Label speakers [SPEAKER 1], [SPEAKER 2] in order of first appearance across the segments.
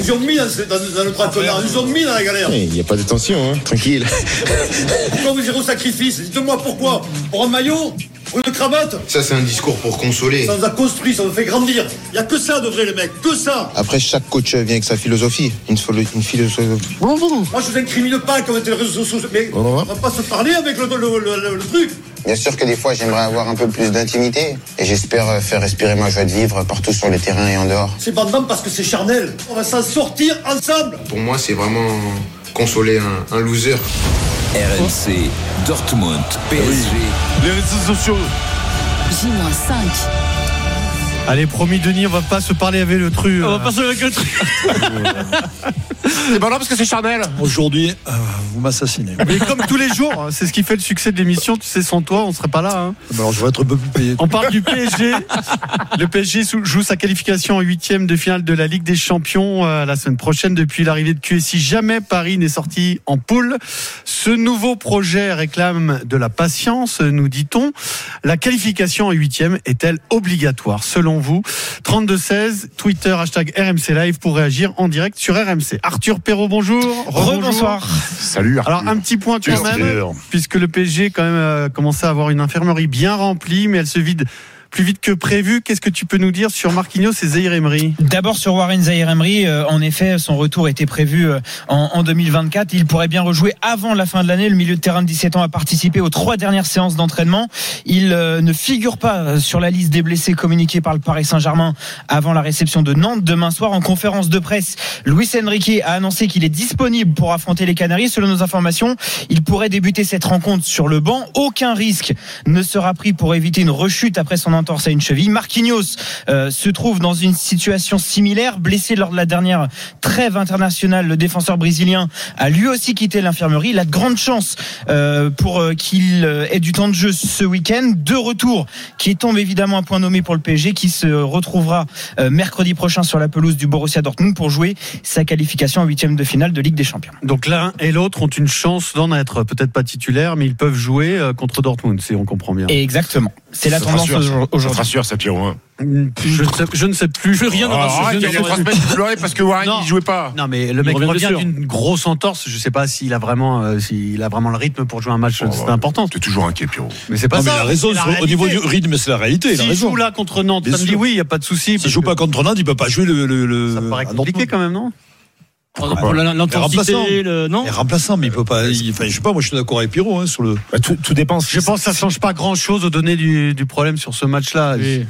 [SPEAKER 1] Ils nous ont mis dans, ce- dans- dans notre attonnant, ils nous ont mis dans la galère.
[SPEAKER 2] Il n'y a pas de tension, hein. tranquille.
[SPEAKER 1] Pourquoi vous irez au sacrifice Dites-moi pourquoi Pour un maillot Pour une cravate
[SPEAKER 3] Ça, c'est un discours pour consoler.
[SPEAKER 1] Ça nous a construit, ça nous fait grandir. Il n'y a que ça de vrai, les mecs, que ça
[SPEAKER 2] Après, chaque coach vient avec sa philosophie. Une, philo- une philosophie.
[SPEAKER 1] Moi, je vous incrimine pas quand on était les réseaux sociaux, mais
[SPEAKER 2] Au
[SPEAKER 1] on
[SPEAKER 2] revoir.
[SPEAKER 1] va pas se parler avec le, le- le- le- le truc.
[SPEAKER 4] Bien sûr que des fois j'aimerais avoir un peu plus d'intimité et j'espère euh, faire respirer ma joie de vivre partout sur le terrain et en dehors.
[SPEAKER 1] C'est bandant parce que c'est charnel. On va s'en sortir ensemble.
[SPEAKER 3] Pour moi, c'est vraiment consoler un, un loser.
[SPEAKER 5] RMC. Dortmund. PSG.
[SPEAKER 6] Les réseaux sociaux.
[SPEAKER 7] J-5.
[SPEAKER 6] Allez, promis, Denis, on va pas se parler avec le truc. On va pas se parler avec le truc. c'est bon, parce que c'est charnel. Aujourd'hui, euh, vous m'assassinez. Mais comme tous les jours, hein, c'est ce qui fait le succès de l'émission. Tu sais, sans toi, on serait pas là. hein.
[SPEAKER 2] Alors, je vais être un peu plus payé.
[SPEAKER 6] On parle du PSG. Le PSG sou- joue sa qualification en huitième de finale de la Ligue des Champions euh, la semaine prochaine depuis l'arrivée de QSI. Jamais Paris n'est sorti en poule. Ce nouveau projet réclame de la patience, nous dit-on. La qualification en huitième est-elle obligatoire selon vous 32-16, Twitter, hashtag RMC Live pour réagir en direct sur RMC. Arthur Perrault, bonjour. Rebonsoir.
[SPEAKER 2] Salut,
[SPEAKER 6] Alors un petit point quand même puisque le PSG quand même euh, commençait à avoir une infirmerie bien remplie, mais elle se vide plus vite que prévu. Qu'est-ce que tu peux nous dire sur Marquinhos et Zahir Emery
[SPEAKER 8] D'abord sur Warren Zahir Emery, euh, en effet, son retour était prévu euh, en, en 2024. Il pourrait bien rejouer avant la fin de l'année. Le milieu de terrain de 17 ans a participé aux trois dernières séances d'entraînement. Il euh, ne figure pas sur la liste des blessés communiqués par le Paris Saint-Germain avant la réception de Nantes demain soir. En conférence de presse, Luis Enrique a annoncé qu'il est disponible pour affronter les Canaries. Selon nos informations, il pourrait débuter cette rencontre sur le banc. Aucun risque ne sera pris pour éviter une rechute après son entorse à une cheville. Marquinhos euh, se trouve dans une situation similaire, blessé lors de la dernière trêve internationale. Le défenseur brésilien a lui aussi quitté l'infirmerie. Il a de grandes chances euh, pour euh, qu'il euh, ait du temps de jeu ce week-end. Deux retours qui tombent évidemment à point nommé pour le PSG, qui se retrouvera euh, mercredi prochain sur la pelouse du Borussia Dortmund pour jouer sa qualification en huitième de finale de Ligue des Champions.
[SPEAKER 6] Donc l'un et l'autre ont une chance d'en être, peut-être pas titulaire, mais ils peuvent jouer euh, contre Dortmund, si on comprend bien.
[SPEAKER 8] Exactement. C'est la tendance aujourd'hui.
[SPEAKER 2] rassure, ça, Pierrot.
[SPEAKER 6] Mm, Je, ne sais- je ne sais plus. Ah, rien
[SPEAKER 2] parce que Warren,
[SPEAKER 6] Non. il
[SPEAKER 2] jouait pas.
[SPEAKER 6] Non mais le mec revient d'une grosse entorse. Je sais pas s'il a vraiment, euh, s'il a vraiment le rythme pour jouer un match de cette importance.
[SPEAKER 2] T'es toujours inquiet, Pierrot.
[SPEAKER 6] Mais c'est pas Bah ça. C'est la réalité.
[SPEAKER 9] rythme, c'est la réalité.
[SPEAKER 6] S'il joue là contre Nantes,
[SPEAKER 9] Bien
[SPEAKER 6] ça me dit
[SPEAKER 9] sûr.
[SPEAKER 6] oui, il y a pas de souci.
[SPEAKER 9] S'il joue pas contre Nantes, il peut pas jouer le. le, le- Ah
[SPEAKER 6] ça me paraît
[SPEAKER 9] à Dortmund.
[SPEAKER 6] compliqué quand même, non
[SPEAKER 10] Ah,
[SPEAKER 9] Pour la-
[SPEAKER 6] L'intensité,
[SPEAKER 9] l'intensité,
[SPEAKER 6] le non.
[SPEAKER 9] Il est remplaçant, mais il peut pas. il- enfin, je sais pas, moi je suis d'accord avec Pierrot hein, sur le.
[SPEAKER 2] Bah, tout, dépend.
[SPEAKER 6] Je pense que ça change pas grand chose aux données du, du problème sur ce match-là. Je,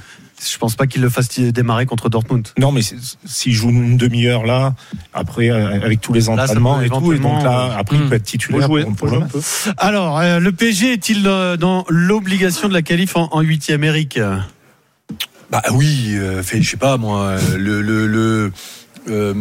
[SPEAKER 6] je pense pas qu'il le fasse t- démarrer contre Dortmund.
[SPEAKER 2] Non, mais c'est- s'il joue une demi-heure là, après, euh, avec tous les
[SPEAKER 6] Là, ça
[SPEAKER 2] entraînements
[SPEAKER 6] peut
[SPEAKER 2] et tout, et donc
[SPEAKER 6] éventuellement,
[SPEAKER 2] là, après, il peut être titulaire.
[SPEAKER 6] jouer,
[SPEAKER 2] pour-
[SPEAKER 6] faut
[SPEAKER 2] pour le
[SPEAKER 6] jouer un
[SPEAKER 2] match.
[SPEAKER 6] Alors, euh, le PSG est-il euh, dans l'obligation de la qualif en en huitième, Eric
[SPEAKER 9] Bah oui, euh, fait, je sais pas moi, euh, le le le, euh,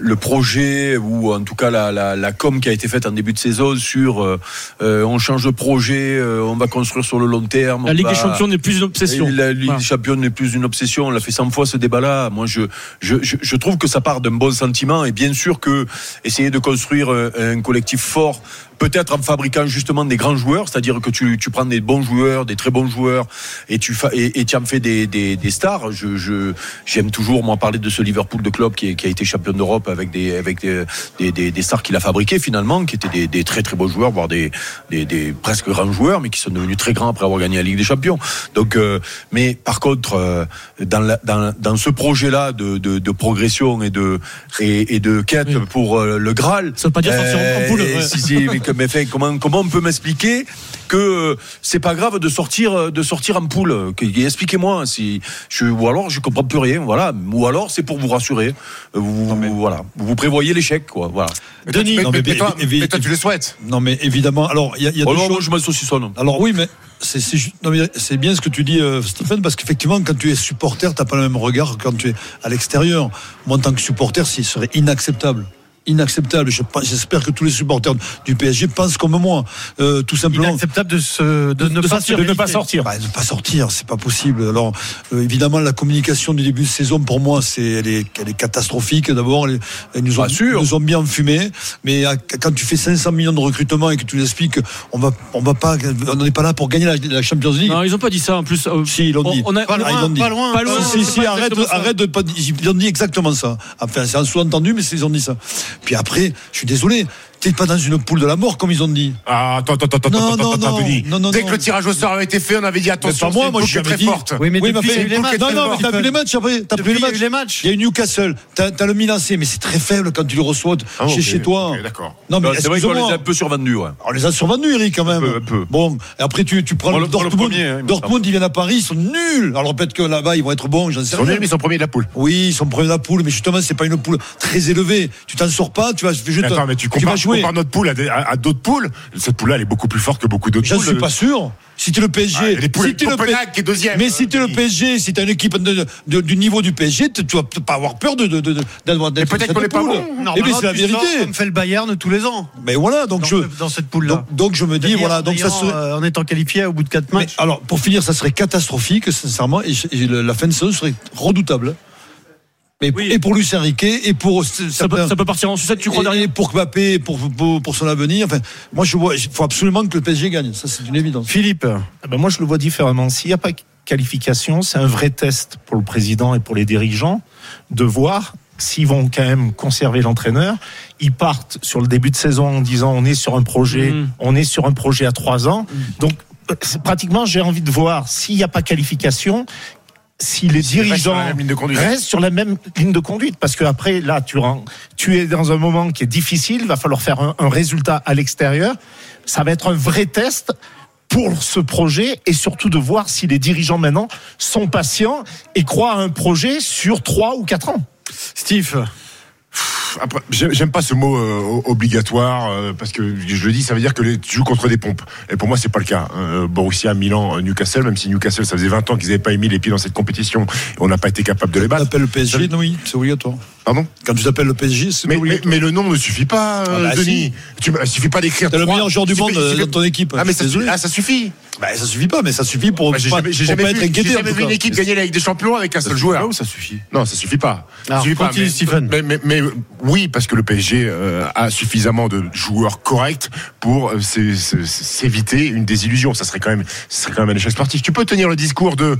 [SPEAKER 9] le projet ou en tout cas la, la la com qui a été faite en début de saison sur euh, euh, on change de projet, euh, on va construire sur le long terme. on
[SPEAKER 6] Bah,
[SPEAKER 9] va-
[SPEAKER 6] n'est plus une
[SPEAKER 9] Et La Ligue des Champions n'est plus une obsession. On l'a fait 100 fois ce débat-là. Moi, je, je, je, je trouve que ça part d'un bon sentiment. Et bien sûr que essayer de construire euh, un collectif fort, peut-être en fabriquant justement des grands joueurs, c'est-à-dire que tu, tu prends des bons joueurs, des très bons joueurs, et tu, fa- et, et tu en fais des, des, des stars. Je, je, j'aime toujours, moi, parler de ce Liverpool de Klopp qui, est- qui a été champion d'Europe avec des, avec des, des, des, des stars qu'il a fabriquées finalement, qui étaient des, des très très beaux joueurs, voire des, des, des presque grands joueurs, mais qui sont devenus très grands après avoir gagné la Ligue des Champions. Donc, euh, mais par contre, euh, dans, la- dans, dans ce projet-là de, de, de progression et de, et, et de quête pour euh, le Graal,
[SPEAKER 11] Euh,
[SPEAKER 6] Ça veut pas dire sortir en poule,
[SPEAKER 9] et
[SPEAKER 10] euh,
[SPEAKER 6] ouais.
[SPEAKER 9] si, si, mais
[SPEAKER 11] Donc, mais fait, comment, comment on peut m'expliquer que euh, c'est pas grave de sortir, euh, de sortir en poule Que- Expliquez-moi. Si je, ou alors, je comprends plus rien. Voilà. Ou alors, c'est pour vous rassurer. Euh, Vous, voilà. vous prévoyez l'échec, quoi. Voilà.
[SPEAKER 1] Denis,
[SPEAKER 11] Non, mais- mais- mais-
[SPEAKER 1] toi, tu le souhaites Non, mais évidemment. Alors, il y a, il y a
[SPEAKER 11] Oh
[SPEAKER 1] deux
[SPEAKER 11] non, moi,
[SPEAKER 1] choses.
[SPEAKER 11] je mets le saucissonne.
[SPEAKER 1] Alors oui, mais c'est- c'est ju- non, mais c'est bien ce que tu dis, euh, Stéphane, parce qu'effectivement, quand tu es supporter, t'as pas le même regard que quand tu es à l'extérieur. Moi, en tant que supporter, ce serait inacceptable. Inacceptable. Je pense- J'espère que tous les supporters du PSG pensent comme moi, euh, tout simplement.
[SPEAKER 6] Inacceptable de, se, de, ne, pas
[SPEAKER 1] sortir. Bah, ne pas sortir, c'est pas possible. Alors, euh, évidemment, la communication du début de saison, pour moi, c'est, elle est, elle est catastrophique. D'abord, elle, elle nous, ont, nous ont bien fumé. Mais à- quand tu fais 500 millions de recrutements et que tu nous expliques, on va, on va pas, on n'est pas là pour gagner la, la Champions League.
[SPEAKER 10] Non, ils ont pas dit ça en plus. euh,
[SPEAKER 1] Si, ils l'ont
[SPEAKER 10] on-
[SPEAKER 1] dit.
[SPEAKER 10] on a-
[SPEAKER 1] Ah,
[SPEAKER 10] pas
[SPEAKER 1] ils
[SPEAKER 10] loin,
[SPEAKER 1] l'ont dit.
[SPEAKER 10] pas loin, pas loin,
[SPEAKER 1] Si, si,
[SPEAKER 10] c'est pas
[SPEAKER 1] arrête,
[SPEAKER 10] exactement ça.
[SPEAKER 1] arrête de pas. Ils ont dit exactement ça. Enfin, c'est un sous-entendu, mais c'est- ils ont dit ça. Puis après, je suis désolé, t'es pas dans une poule de la mort, comme ils ont dit.
[SPEAKER 9] Ah, attends, attends, attends,
[SPEAKER 1] non,
[SPEAKER 9] attends,
[SPEAKER 1] non,
[SPEAKER 9] attends,
[SPEAKER 1] non,
[SPEAKER 9] Denis.
[SPEAKER 1] non, non,
[SPEAKER 9] Dès
[SPEAKER 1] non.
[SPEAKER 9] que le tirage au sort avait été fait, on avait dit attention,
[SPEAKER 1] Mais pas moi,
[SPEAKER 9] c'est
[SPEAKER 1] moi
[SPEAKER 9] une
[SPEAKER 1] j'ai
[SPEAKER 9] boucle
[SPEAKER 1] jamais
[SPEAKER 9] très
[SPEAKER 1] dit.
[SPEAKER 9] forte.
[SPEAKER 1] mais
[SPEAKER 9] après,
[SPEAKER 1] depuis,
[SPEAKER 9] c'est une
[SPEAKER 1] non,
[SPEAKER 9] boucle très
[SPEAKER 1] non, mais
[SPEAKER 9] forte.
[SPEAKER 1] t'as vu les matchs après, t'as vu les matchs. Il y a eu Newcastle, t'as t'as le Milan C, mais c'est très faible quand tu le reçois
[SPEAKER 11] Ah,
[SPEAKER 1] chez,
[SPEAKER 11] ok,
[SPEAKER 1] chez toi.
[SPEAKER 11] ok, d'accord.
[SPEAKER 1] Non mais
[SPEAKER 11] Ouais, c'est vrai qu'on
[SPEAKER 1] excuse-moi.
[SPEAKER 11] les a un peu survendus, ouais.
[SPEAKER 1] On les a survendus, Eric, quand même. Bon, et après, tu, tu prends
[SPEAKER 11] Moi,
[SPEAKER 1] le
[SPEAKER 11] le- moi, le
[SPEAKER 1] Dortmund.
[SPEAKER 11] premier, hein, il me
[SPEAKER 1] Dortmund, ils viennent à Paris, ils sont nuls. Alors, peut-être que là-bas, ils vont être bons, j'en sais
[SPEAKER 9] Ils sont
[SPEAKER 1] rien.
[SPEAKER 9] nuls, mais ils sont premiers de la poule.
[SPEAKER 1] Oui, ils sont premiers de la poule, mais justement, c'est pas une poule très élevée. Tu t'en sors pas, tu vas juste.
[SPEAKER 9] Mais attends, mais tu
[SPEAKER 1] vas
[SPEAKER 9] compares, tu
[SPEAKER 1] jouer.
[SPEAKER 9] compares notre poule à, des- à- à d'autres poules. Cette poule-là, elle est beaucoup plus forte que beaucoup d'autres
[SPEAKER 1] J'en
[SPEAKER 9] poules.
[SPEAKER 1] suis pas sûr. Si t'es le PSG,
[SPEAKER 9] Ah, les poules
[SPEAKER 1] si t'es le
[SPEAKER 9] Copenhague qui est deuxième.
[SPEAKER 6] euh,
[SPEAKER 1] Mais si t'es le PSG, si t'as une équipe de- de- du niveau du PSG, tu tu vas pas avoir peur de de de- de- d'avoir d'être
[SPEAKER 6] peut-être
[SPEAKER 1] dans
[SPEAKER 6] qu'on
[SPEAKER 1] cette
[SPEAKER 6] est pas
[SPEAKER 1] poule.
[SPEAKER 6] bon.
[SPEAKER 1] Eh
[SPEAKER 6] Normalement,
[SPEAKER 1] bien, c'est la
[SPEAKER 6] tu sors
[SPEAKER 1] vérité.
[SPEAKER 6] comme fait le Bayern tous les ans.
[SPEAKER 1] Mais voilà, donc
[SPEAKER 6] Dans
[SPEAKER 1] je
[SPEAKER 6] ce- dans cette poule-là.
[SPEAKER 1] Donc, donc je me dis
[SPEAKER 6] C'est-à-dire
[SPEAKER 1] voilà,
[SPEAKER 6] en
[SPEAKER 1] donc ça ah,
[SPEAKER 6] ayant,
[SPEAKER 1] serait
[SPEAKER 6] euh, en étant qualifié au bout de 4 matchs.
[SPEAKER 1] alors pour finir, ça serait catastrophique sincèrement et, je- et le- la fin de saison serait redoutable. Mais et pour Lucien Riquet et pour ça
[SPEAKER 10] peut- ça peut partir en sucette, tu crois,
[SPEAKER 1] et,
[SPEAKER 10] derrière
[SPEAKER 1] et pour Mbappé pour, pour pour son avenir. Enfin, moi je vois, il faut absolument que le PSG gagne. Ça c'est une évidence.
[SPEAKER 6] Philippe,
[SPEAKER 2] Ah ben moi, je le vois différemment. S'il n'y a pas qualification, c'est un vrai test pour le président et pour les dirigeants de voir s'ils vont quand même conserver l'entraîneur. Ils partent sur le début de saison en disant on est sur un projet,
[SPEAKER 6] Hmm.
[SPEAKER 2] on est sur un projet à trois ans. Donc, euh, c'est- pratiquement, j'ai envie de voir s'il n'y a pas qualification. Si les
[SPEAKER 9] S'ils restent
[SPEAKER 2] dirigeants
[SPEAKER 9] sur la même ligne de conduite.
[SPEAKER 2] restent sur la même ligne de conduite, parce que après, là, tu, ren- tu es dans un moment qui est difficile, il va falloir faire un- un résultat à l'extérieur. Ça va être un vrai test pour ce projet et surtout de voir si les dirigeants maintenant sont patients et croient à un projet sur 3 ou 4 ans.
[SPEAKER 6] Steve
[SPEAKER 9] Après, j'ai- j'aime pas ce mot euh, o- obligatoire euh, parce que je le dis, ça veut dire que les- tu joues contre des pompes. Et pour moi, c'est pas le cas. Euh, Borussia, Milan, euh, Newcastle, même si Newcastle, ça faisait 20 ans qu'ils n'avaient pas émis les pieds dans cette compétition, et on n'a pas été capable de les battre.
[SPEAKER 1] T'appelles le PSG, non, oui, Bah, c'est obligatoire.
[SPEAKER 9] Pardon
[SPEAKER 1] Quand tu t'appelles le PSG, c'est
[SPEAKER 9] mais, mais, mais le nom ne suffit pas, euh,
[SPEAKER 1] Ah bah,
[SPEAKER 9] Denis. Tu- il suffit pas d'écrire.
[SPEAKER 1] T'es le
[SPEAKER 9] trois-
[SPEAKER 1] meilleur joueur du
[SPEAKER 9] il suffit-
[SPEAKER 1] monde euh,
[SPEAKER 9] il
[SPEAKER 12] euh,
[SPEAKER 9] suffit-
[SPEAKER 1] dans ton équipe.
[SPEAKER 9] Ah, mais
[SPEAKER 1] Je suis
[SPEAKER 9] ça, su-
[SPEAKER 1] désolé.
[SPEAKER 9] ah, ça suffit.
[SPEAKER 1] Bah, ça suffit pas, mais ça suffit pour
[SPEAKER 9] Bah, j'ai
[SPEAKER 1] pas,
[SPEAKER 9] jamais, j'ai
[SPEAKER 1] pour
[SPEAKER 9] jamais
[SPEAKER 1] pas
[SPEAKER 9] vu,
[SPEAKER 1] être inquiété.
[SPEAKER 9] j'ai
[SPEAKER 1] en
[SPEAKER 9] jamais
[SPEAKER 1] tout
[SPEAKER 9] vu une
[SPEAKER 1] cas.
[SPEAKER 9] équipe gagner la Ligue des Champions avec un seul joueur. ça suffit Non, ça suffit pas.
[SPEAKER 6] Alors,
[SPEAKER 9] ça suffit pas,
[SPEAKER 6] continue,
[SPEAKER 9] mais-
[SPEAKER 6] Stephen.
[SPEAKER 9] mais, mais- mais oui, parce que le PSG euh, a suffisamment de joueurs corrects pour euh, s'é- s'é- s'éviter une désillusion. Ça serait quand même, ça serait quand même un échec sportif. Tu peux tenir le discours de.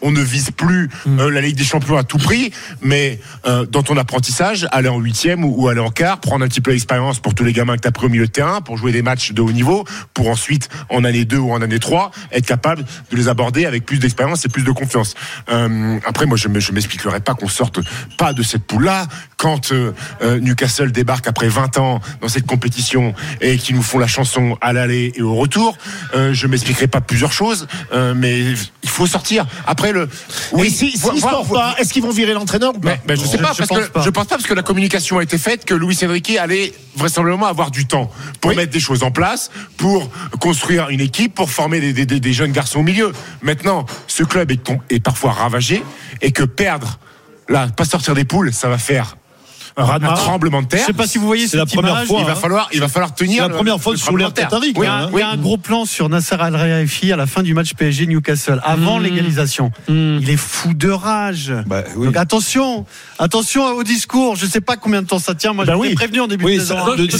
[SPEAKER 9] On ne vise plus
[SPEAKER 1] Mm.
[SPEAKER 9] euh, la Ligue des Champions à tout prix, mais euh, dans ton apprentissage, aller en huitième ou, ou aller en quart, prendre un petit peu d'expérience pour tous les gamins que tu as pris au milieu de terrain, pour jouer des matchs de haut niveau, pour ensuite, en année 2 ou en année 3, être capable de les aborder avec plus d'expérience et plus de confiance. Euh, après, moi, je ne m'expliquerai pas qu'on sorte pas de cette poule-là quand euh, euh, Newcastle débarque après 20 ans dans cette compétition et qu'ils nous font la chanson à l'aller et au retour. Euh, je m'expliquerai pas plusieurs choses, euh, mais il faut sortir. Après, le.
[SPEAKER 2] Et si- s'ils
[SPEAKER 9] voir-
[SPEAKER 2] sortent
[SPEAKER 9] voir-
[SPEAKER 2] pas, est-ce qu'ils vont virer l'entraîneur ou pas
[SPEAKER 9] mais, mais je sais
[SPEAKER 2] Je-
[SPEAKER 9] pas,
[SPEAKER 2] je
[SPEAKER 9] parce
[SPEAKER 2] pense
[SPEAKER 9] que,
[SPEAKER 2] pas.
[SPEAKER 9] je pense pas parce que la communication a été faite que Luis Enrique allait vraisemblablement avoir du temps pour mettre des choses en place, pour construire une équipe, pour former des, des- des- des jeunes garçons au milieu. Maintenant, ce club est, com- est parfois ravagé et que perdre, là, pas sortir des poules, ça va faire. Un,
[SPEAKER 2] raz-de-marée.
[SPEAKER 9] tremblement de terre.
[SPEAKER 6] Je sais pas si vous voyez
[SPEAKER 9] C'est la
[SPEAKER 6] cette
[SPEAKER 9] première
[SPEAKER 6] image.
[SPEAKER 9] fois, Il va hein. falloir- il va falloir tenir
[SPEAKER 6] C'est
[SPEAKER 9] le- le tremblement de terre.
[SPEAKER 6] Il y a-
[SPEAKER 9] Oui,
[SPEAKER 6] hein. il y a un gros plan sur Nasser Al Khelaifi à la fin du match PSG Newcastle avant
[SPEAKER 10] Mm.
[SPEAKER 6] l'égalisation. Il est fou de rage. Donc attention, attention au discours. Je sais pas combien de temps ça tient. Moi,
[SPEAKER 1] Bah
[SPEAKER 2] Ben
[SPEAKER 6] je
[SPEAKER 2] oui.
[SPEAKER 6] t'ai prévenu en début
[SPEAKER 2] Oui,
[SPEAKER 6] de saison.
[SPEAKER 1] hein.
[SPEAKER 2] ça- de- c'est-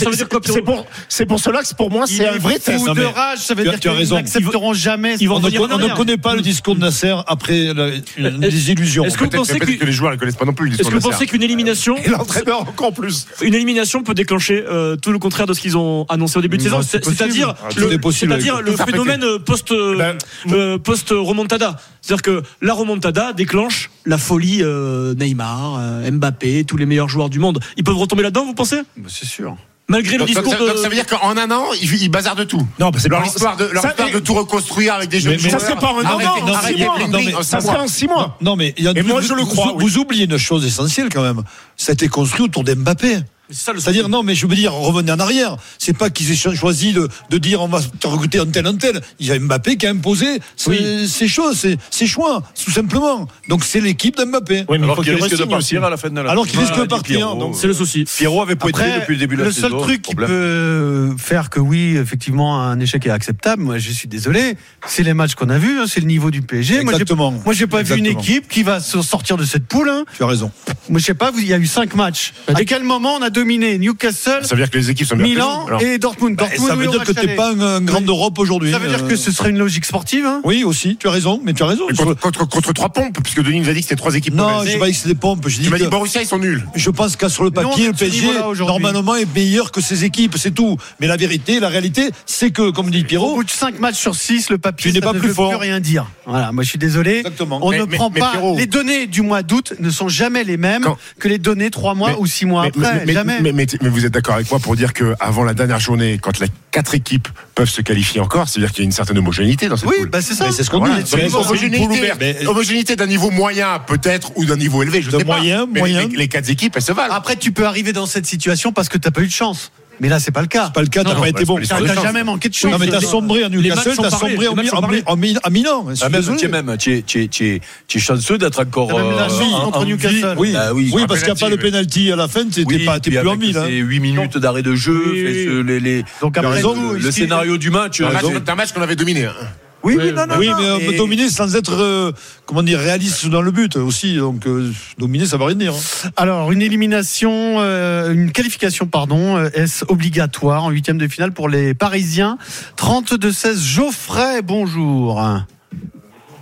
[SPEAKER 2] c'est pour- c'est pour cela que c'est pour moi,
[SPEAKER 6] Il
[SPEAKER 2] c'est un
[SPEAKER 6] est
[SPEAKER 2] vrai
[SPEAKER 6] fou
[SPEAKER 2] test.
[SPEAKER 6] de
[SPEAKER 2] Non, mais-
[SPEAKER 6] rage, ça veut
[SPEAKER 2] tu as-
[SPEAKER 6] dire
[SPEAKER 2] tu as
[SPEAKER 6] qu'ils
[SPEAKER 2] raison.
[SPEAKER 6] n'accepteront jamais.
[SPEAKER 2] ils vont
[SPEAKER 1] On
[SPEAKER 6] ce
[SPEAKER 1] ne
[SPEAKER 6] qu'on
[SPEAKER 1] con- on ne
[SPEAKER 6] leur
[SPEAKER 1] connaît pas le discours de Nasser après la- une- des illusions.
[SPEAKER 10] Est-ce que vous
[SPEAKER 9] Peut-être-
[SPEAKER 10] pensez
[SPEAKER 9] peut-être
[SPEAKER 10] que-
[SPEAKER 9] que les joueurs ne connaissent pas non plus le
[SPEAKER 10] Est-ce
[SPEAKER 9] discours
[SPEAKER 10] que vous
[SPEAKER 9] de la
[SPEAKER 10] pensez
[SPEAKER 9] Serre.
[SPEAKER 10] qu'une élimination.
[SPEAKER 9] Et l'entraîneur encore plus.
[SPEAKER 10] Une élimination peut déclencher euh, tout le contraire de ce qu'ils ont annoncé au début de saison.
[SPEAKER 9] Non, c'est
[SPEAKER 10] C'est- C'est-à-dire
[SPEAKER 9] possible. Ah, tout
[SPEAKER 10] le,
[SPEAKER 9] est possible
[SPEAKER 10] c'est-à-dire
[SPEAKER 9] avec-
[SPEAKER 10] le
[SPEAKER 9] tout à fait. Eh ben,
[SPEAKER 10] phénomène euh, post, euh, euh, post-remontada. C'est-à-dire que la remontada déclenche la folie euh, Neymar, euh, Mbappé, tous les meilleurs joueurs du monde. Ils peuvent retomber là-dedans, vous pensez
[SPEAKER 6] C'est sûr. malgré le
[SPEAKER 9] Bah, Donc,
[SPEAKER 6] discours
[SPEAKER 9] donc,
[SPEAKER 6] de.
[SPEAKER 9] donc, ça veut dire qu'en un an, ils, ils bazardent tout.
[SPEAKER 8] Non, bah, c'est
[SPEAKER 9] leur
[SPEAKER 8] pas-
[SPEAKER 9] histoire de, leur
[SPEAKER 8] ça-
[SPEAKER 9] histoire de tout reconstruire avec des jeunes
[SPEAKER 12] Mais- mais-
[SPEAKER 9] joueurs.
[SPEAKER 12] ça serait pas en un an,
[SPEAKER 9] Arrêtez-
[SPEAKER 12] non, en
[SPEAKER 9] arrêtez-
[SPEAKER 12] six mois.
[SPEAKER 9] arrêtez-
[SPEAKER 12] Non, mais-
[SPEAKER 9] en
[SPEAKER 12] ça
[SPEAKER 9] six mois.
[SPEAKER 12] serait en six mois. Non, mais il y a-
[SPEAKER 9] Et moi, je le
[SPEAKER 12] vous-
[SPEAKER 9] crois,
[SPEAKER 12] Vous,
[SPEAKER 9] oui.
[SPEAKER 12] vous oubliez une chose essentielle quand même. Ça a été construit autour d'Mbappé. C'est-à-dire, non, mais je veux dire, revenez en arrière. C'est pas qu'ils aient cho- choisi de, de dire on va te recruter un tel, un tel. Il y a Mbappé qui a imposé ses, ses choses, ses, ses choix, tout simplement. Donc c'est l'équipe d'Mbappé.
[SPEAKER 13] Oui, mais Alors il faut qu'il qu'il risque de ressigne partir aussi. à la fin de la-
[SPEAKER 12] Alors qu'il
[SPEAKER 13] Voilà,
[SPEAKER 12] risque de
[SPEAKER 13] dit
[SPEAKER 12] partir.
[SPEAKER 13] Pierrot,
[SPEAKER 12] donc-
[SPEAKER 13] euh, C'est le souci. Pierrot avait pointé
[SPEAKER 1] Après,
[SPEAKER 13] depuis le début de la
[SPEAKER 1] Le seul
[SPEAKER 13] saison,
[SPEAKER 1] truc qui
[SPEAKER 13] problème.
[SPEAKER 1] peut faire que oui, effectivement, un échec est acceptable. Moi, je suis désolé. C'est les matchs qu'on a vus. hein, c'est le niveau du PSG. Moi, j'ai-
[SPEAKER 12] Exactement.
[SPEAKER 1] Moi, j'ai pas vu une
[SPEAKER 12] Exactement.
[SPEAKER 1] équipe qui va se sortir de cette poule. hein.
[SPEAKER 12] Tu as raison.
[SPEAKER 1] Moi, je sais pas. vous- Il y a eu cinq matchs.
[SPEAKER 9] Bah,
[SPEAKER 1] À quel moment on a dominé Newcastle
[SPEAKER 9] Ça veut dire que les équipes sont bien
[SPEAKER 1] Milan
[SPEAKER 9] que nous, alors.
[SPEAKER 1] et Dortmund.
[SPEAKER 9] Bah,
[SPEAKER 1] Dortmund,
[SPEAKER 9] ça
[SPEAKER 1] oui,
[SPEAKER 9] veut
[SPEAKER 1] on
[SPEAKER 9] dire
[SPEAKER 1] va
[SPEAKER 9] que
[SPEAKER 1] chialer.
[SPEAKER 12] T'es pas un, un grand d'Europe aujourd'hui. euh.
[SPEAKER 1] Ça veut dire que ce serait une logique sportive. hein.
[SPEAKER 12] Oui, aussi, tu as raison, mais tu as raison.
[SPEAKER 9] Et Contre, contre, contre trois pompes, puisque Denis nous a dit que c'était trois équipes
[SPEAKER 12] Non,
[SPEAKER 9] mauvaises.
[SPEAKER 12] je pas que c'est des pompes. Je
[SPEAKER 9] Tu
[SPEAKER 12] dis
[SPEAKER 9] m'as dit
[SPEAKER 12] que-
[SPEAKER 9] Borussia, ils sont nuls.
[SPEAKER 12] Je pense qu'à sur le
[SPEAKER 9] Mais non,
[SPEAKER 12] papier,
[SPEAKER 9] on est
[SPEAKER 12] le
[SPEAKER 9] à ce
[SPEAKER 12] PSG,
[SPEAKER 9] niveau-là aujourd'hui.
[SPEAKER 12] normalement, est meilleur que ses équipes, c'est tout. Mais la vérité, la réalité, c'est que, comme dit Pierrot. Au bout
[SPEAKER 1] de 5 matchs sur 6, le papier,
[SPEAKER 12] tu n'es
[SPEAKER 1] ça
[SPEAKER 12] pas
[SPEAKER 1] ne
[SPEAKER 12] plus
[SPEAKER 1] veut
[SPEAKER 12] fort.
[SPEAKER 1] plus rien dire. Voilà, moi je suis désolé.
[SPEAKER 12] Exactement.
[SPEAKER 1] On
[SPEAKER 12] Mais-
[SPEAKER 1] ne
[SPEAKER 12] mais-
[SPEAKER 1] prend
[SPEAKER 12] mais
[SPEAKER 1] pas.
[SPEAKER 12] Pierrot-
[SPEAKER 1] Les données du mois d'août ne sont jamais les mêmes que les données 3 mois
[SPEAKER 9] Mais-
[SPEAKER 1] ou 6 mois
[SPEAKER 9] mais-
[SPEAKER 1] après.
[SPEAKER 9] mais- mais-
[SPEAKER 1] jamais.
[SPEAKER 9] Mais, mais- mais vous êtes d'accord avec moi pour dire que avant la dernière journée, quand les quatre équipes peuvent se qualifier encore, c'est-à-dire qu'il y a une certaine homogénéité dans cette
[SPEAKER 1] Oui,
[SPEAKER 9] poule.
[SPEAKER 1] bah, c'est ça. Mais c'est ce qu'on
[SPEAKER 9] Voilà.
[SPEAKER 1] dit,
[SPEAKER 9] Donc,
[SPEAKER 1] c'est- c'est une poule
[SPEAKER 9] Homogénéité,
[SPEAKER 1] ouverte. Mais- euh,
[SPEAKER 9] homogénéité d'un niveau moyen peut-être ou d'un niveau élevé, je
[SPEAKER 1] De
[SPEAKER 9] sais
[SPEAKER 1] moyen,
[SPEAKER 9] pas. Mais
[SPEAKER 1] moyen. Ah,
[SPEAKER 9] Les, les quatre équipes, elles se valent.
[SPEAKER 1] Après, tu peux arriver dans cette situation parce que t'as pas eu de chance. Mais là, c'est pas le cas. C'est
[SPEAKER 12] pas le cas, t'as pas été bon.
[SPEAKER 1] T'as t'as jamais manqué de chance.
[SPEAKER 12] Non, mais t'as sombré à Newcastle, t'as sombré en, Mi- en, Mi- en Mi- à Milan. je suis
[SPEAKER 13] Ah, même,
[SPEAKER 12] désolé.
[SPEAKER 13] tu es même, tu es, tu es- tu es- tu es chanceux d'être encore.
[SPEAKER 12] T'as même
[SPEAKER 1] euh,
[SPEAKER 12] la chance contre
[SPEAKER 13] en- en
[SPEAKER 12] Newcastle.
[SPEAKER 13] vie.
[SPEAKER 12] Oui.
[SPEAKER 13] Ah
[SPEAKER 12] Oui, parce qu'il y a pas le penalty à la fin, t'es- t'es pas- t'es plus en mille, hein.
[SPEAKER 13] C'est 8 minutes d'arrêt de jeu,
[SPEAKER 12] Oui,
[SPEAKER 13] fait
[SPEAKER 12] oui.
[SPEAKER 13] ce- les, les-
[SPEAKER 12] Donc,
[SPEAKER 13] le-
[SPEAKER 12] après
[SPEAKER 13] le-
[SPEAKER 12] tout,
[SPEAKER 13] le,
[SPEAKER 12] il suffit-
[SPEAKER 13] scénario du match.
[SPEAKER 9] Un
[SPEAKER 13] euh,
[SPEAKER 9] match,
[SPEAKER 13] c'est-
[SPEAKER 9] un match qu'on avait dominé. hein.
[SPEAKER 1] Oui, oui, non, non,
[SPEAKER 12] Oui,
[SPEAKER 1] non,
[SPEAKER 12] mais euh,
[SPEAKER 1] mais-
[SPEAKER 12] dominer sans être euh, comment dire réaliste dans le but aussi. Donc euh, dominer, ça veut rien dire. hein.
[SPEAKER 1] Alors, une élimination, euh, une qualification, pardon, euh, est-ce obligatoire en huitième de finale pour les Parisiens 32-16, Geoffrey, bonjour.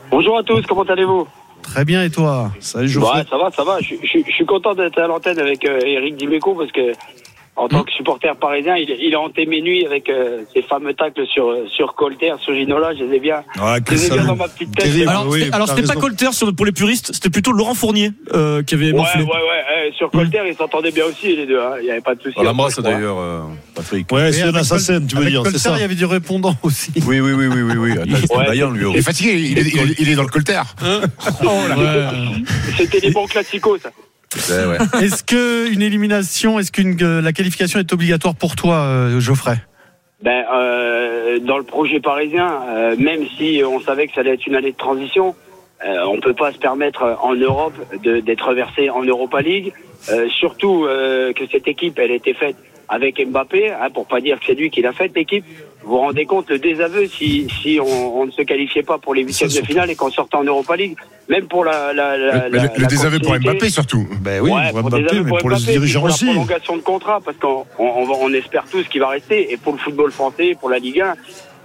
[SPEAKER 2] Bonjour à tous, comment allez-vous Bah,
[SPEAKER 1] Très bien, et toi Salut,
[SPEAKER 2] Ouais, ça va, ça va. Je, je- je suis content d'être à l'antenne avec euh, Eric Dimeco parce que, en
[SPEAKER 8] Hmm.
[SPEAKER 2] tant que supporter parisien, il, il a hanté mes nuits avec euh, ses fameux tacles sur, euh, sur Colter, sur Ginola. Je les ai bien, je les ai bien dans ma petite tête.
[SPEAKER 6] alors, c'était- alors, c'était pas Colter sur- pour les puristes, c'était plutôt Laurent Fournier euh, qui avait
[SPEAKER 2] Ouais, ouais,
[SPEAKER 6] morflé.
[SPEAKER 2] ouais. eh, sur
[SPEAKER 8] Hmm.
[SPEAKER 2] Colter, ils s'entendaient bien aussi, les deux. hein. Il n'y avait pas de souci.
[SPEAKER 13] On l'embrasse
[SPEAKER 2] Après, je crois.
[SPEAKER 13] d'ailleurs, euh, Patrick.
[SPEAKER 12] Ouais,
[SPEAKER 1] c'est un avec assassin, Col- tu veux avec dire, c'est Colter, ça. il y avait du répondant aussi.
[SPEAKER 13] Oui, oui, oui, oui, oui. oui. Attends, c'est
[SPEAKER 2] Ouais.
[SPEAKER 13] Bayern, lui. oh.
[SPEAKER 9] Il est fatigué, il est, il est- il est dans le colter.
[SPEAKER 2] Oh là. C'était les bons classicos, ça.
[SPEAKER 13] Ouais, ouais.
[SPEAKER 1] Est-ce que une élimination, est-ce qu'une euh, la qualification est obligatoire pour toi, euh, Geoffrey
[SPEAKER 2] Ben, euh, dans le projet parisien, euh, même si on savait que ça allait être une année de transition, euh, on peut pas se permettre euh, en Europe de- d'être versé en Europa League. Euh, surtout euh, que cette équipe, elle était faite avec Mbappé, hein, pour pas dire que c'est lui qui l'a faite l'équipe. Vous vous rendez compte le désaveu si, si on, on ne se qualifiait pas pour les huitièmes de finale et qu'on sortait en Europa League, même pour la. la, la,
[SPEAKER 9] Mais
[SPEAKER 2] la-
[SPEAKER 9] le- le
[SPEAKER 2] la
[SPEAKER 9] désaveu pour
[SPEAKER 2] continuité.
[SPEAKER 9] Mbappé surtout.
[SPEAKER 1] Bah,
[SPEAKER 12] Ben oui,
[SPEAKER 2] Ouais,
[SPEAKER 12] pour
[SPEAKER 2] pour
[SPEAKER 12] Mbappé,
[SPEAKER 2] des aveux
[SPEAKER 12] mais
[SPEAKER 2] pour
[SPEAKER 12] pour les
[SPEAKER 2] Mbappé,
[SPEAKER 12] dirigeants
[SPEAKER 2] puis
[SPEAKER 12] aussi.
[SPEAKER 2] Pour la prolongation de contrat, parce qu'on on, on, va- on espère tous qu'il va rester. Et pour le football français, pour la Ligue 1,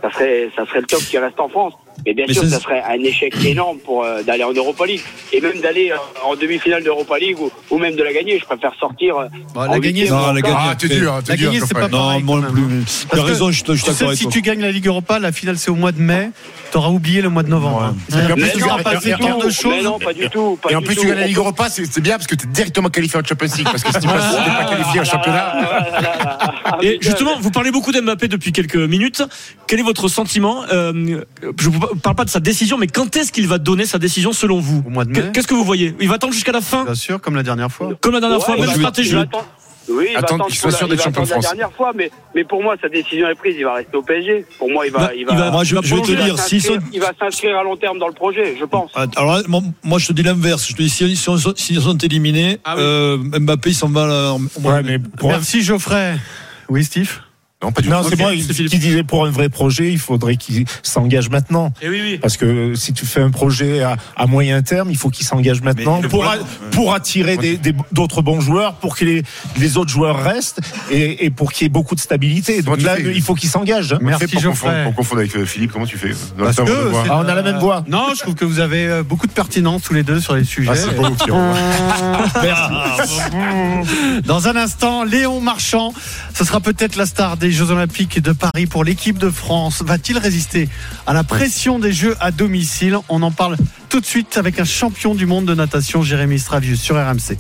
[SPEAKER 2] ça serait, ça serait le top qui reste en France. Mais bien
[SPEAKER 12] Mais
[SPEAKER 2] sûr,
[SPEAKER 12] ça-
[SPEAKER 2] ça serait un échec énorme pour euh, d'aller en Europa League. Et même d'aller en, en demi-finale d'Europa League ou, ou même de la gagner. Je préfère sortir. euh,
[SPEAKER 1] Bah,
[SPEAKER 2] en huitième
[SPEAKER 12] Ah Non,
[SPEAKER 2] ou
[SPEAKER 12] la
[SPEAKER 2] en
[SPEAKER 12] gagner,
[SPEAKER 2] quart.
[SPEAKER 12] après.
[SPEAKER 1] La gagner, c'est pas
[SPEAKER 12] Non,
[SPEAKER 1] pareil,
[SPEAKER 12] moi
[SPEAKER 1] quand
[SPEAKER 12] plus.
[SPEAKER 1] même.
[SPEAKER 12] Tu as
[SPEAKER 1] Parce que,
[SPEAKER 12] raison, je te- je
[SPEAKER 1] tu sais,
[SPEAKER 12] t'accorde. avec
[SPEAKER 1] Si
[SPEAKER 12] toi.
[SPEAKER 1] tu gagnes la Ligue Europa, la finale c'est au mois de mai. T'auras oublié le mois de novembre.
[SPEAKER 9] Et en
[SPEAKER 1] Tu
[SPEAKER 9] plus, tu
[SPEAKER 1] auras
[SPEAKER 9] gagnes-
[SPEAKER 1] passé
[SPEAKER 9] et- et-
[SPEAKER 1] tant de
[SPEAKER 9] et-
[SPEAKER 1] choses.
[SPEAKER 2] Mais non, pas du tout. Pas
[SPEAKER 9] Et en
[SPEAKER 2] du
[SPEAKER 9] plus,
[SPEAKER 2] tout.
[SPEAKER 9] tu gagnes la Ligue Europa, c'est c'est bien parce que tu es directement qualifié en Champions League. Parce que si tu passes- si t'es pas qualifié en championnat.
[SPEAKER 2] Ah, euh,
[SPEAKER 6] Et justement, vous parlez beaucoup d'Mbappé depuis quelques minutes. Quel est votre sentiment Euh, Je ne vous parle pas de sa décision, mais quand est-ce qu'il va donner sa décision selon vous
[SPEAKER 1] mai.
[SPEAKER 6] Qu'est-ce que vous voyez Il va attendre jusqu'à la fin
[SPEAKER 1] hein. Bien sûr, comme la dernière fois.
[SPEAKER 6] Comme la dernière
[SPEAKER 2] Ouais,
[SPEAKER 6] fois,
[SPEAKER 2] il
[SPEAKER 6] même
[SPEAKER 2] va-
[SPEAKER 6] stratégie.
[SPEAKER 2] il va attendre- Oui, il va
[SPEAKER 6] Attendre
[SPEAKER 2] attendre
[SPEAKER 6] qu'il
[SPEAKER 2] pour
[SPEAKER 6] soit sûr
[SPEAKER 2] la-
[SPEAKER 6] d'être
[SPEAKER 2] il va
[SPEAKER 6] champion de
[SPEAKER 2] attendre la
[SPEAKER 6] France.
[SPEAKER 2] dernière fois, mais, mais pour moi, sa décision est prise. Il va rester au PSG. Pour moi, il va,
[SPEAKER 12] Bah,
[SPEAKER 2] il va,
[SPEAKER 12] il va- moi, je-
[SPEAKER 2] il va
[SPEAKER 12] je vais te
[SPEAKER 2] prolonger,
[SPEAKER 12] dire,
[SPEAKER 2] il va
[SPEAKER 12] s'ils sont-
[SPEAKER 2] s'inscrire- il va s'inscrire à long terme dans le projet, je pense.
[SPEAKER 12] Ah, Alors là, moi, moi, je te dis l'inverse. Je te dis si, si on- si ils sont, éliminés, euh, Mbappé il s'en euh, va. Là,
[SPEAKER 1] Ah Merci Geoffrey. Oui, Steve.
[SPEAKER 9] Non, pas
[SPEAKER 1] du tout.
[SPEAKER 8] c'est
[SPEAKER 1] Ok,
[SPEAKER 8] moi
[SPEAKER 1] c'est
[SPEAKER 8] qui disais pour un vrai projet, il faudrait qu'il s'engage maintenant.
[SPEAKER 6] Eh oui, oui.
[SPEAKER 8] Parce que euh, si tu fais un projet à, à moyen terme, il faut qu'il s'engage maintenant
[SPEAKER 9] le
[SPEAKER 8] pour,
[SPEAKER 9] problème-
[SPEAKER 8] a- pour attirer des- des- d'autres bons joueurs, pour que les, les autres joueurs restent et, et pour qu'il y ait beaucoup de stabilité.
[SPEAKER 9] Comment
[SPEAKER 8] Donc
[SPEAKER 9] tu
[SPEAKER 8] là,
[SPEAKER 9] fais
[SPEAKER 8] il faut qu'il s'engage. hein.
[SPEAKER 9] Comment tu fais pour confondre, pour confondre avec euh, Philippe, comment tu fais Dans
[SPEAKER 8] Parce
[SPEAKER 9] le
[SPEAKER 8] que
[SPEAKER 9] timbre de voix.
[SPEAKER 8] c'est- Ah, on a la même voix.
[SPEAKER 1] Non, je trouve que vous avez euh, beaucoup de pertinence tous les deux sur les sujets.
[SPEAKER 9] Ah, c'est pas ouf, Pierrot.
[SPEAKER 1] Dans un instant, Léon Marchand, ce sera peut-être la star des Jeux Olympiques de Paris pour l'équipe de France. Va-t-il résister à la pression des Jeux à domicile On en parle tout de suite avec un champion du monde de natation, Jérémy Stravius, sur RMC.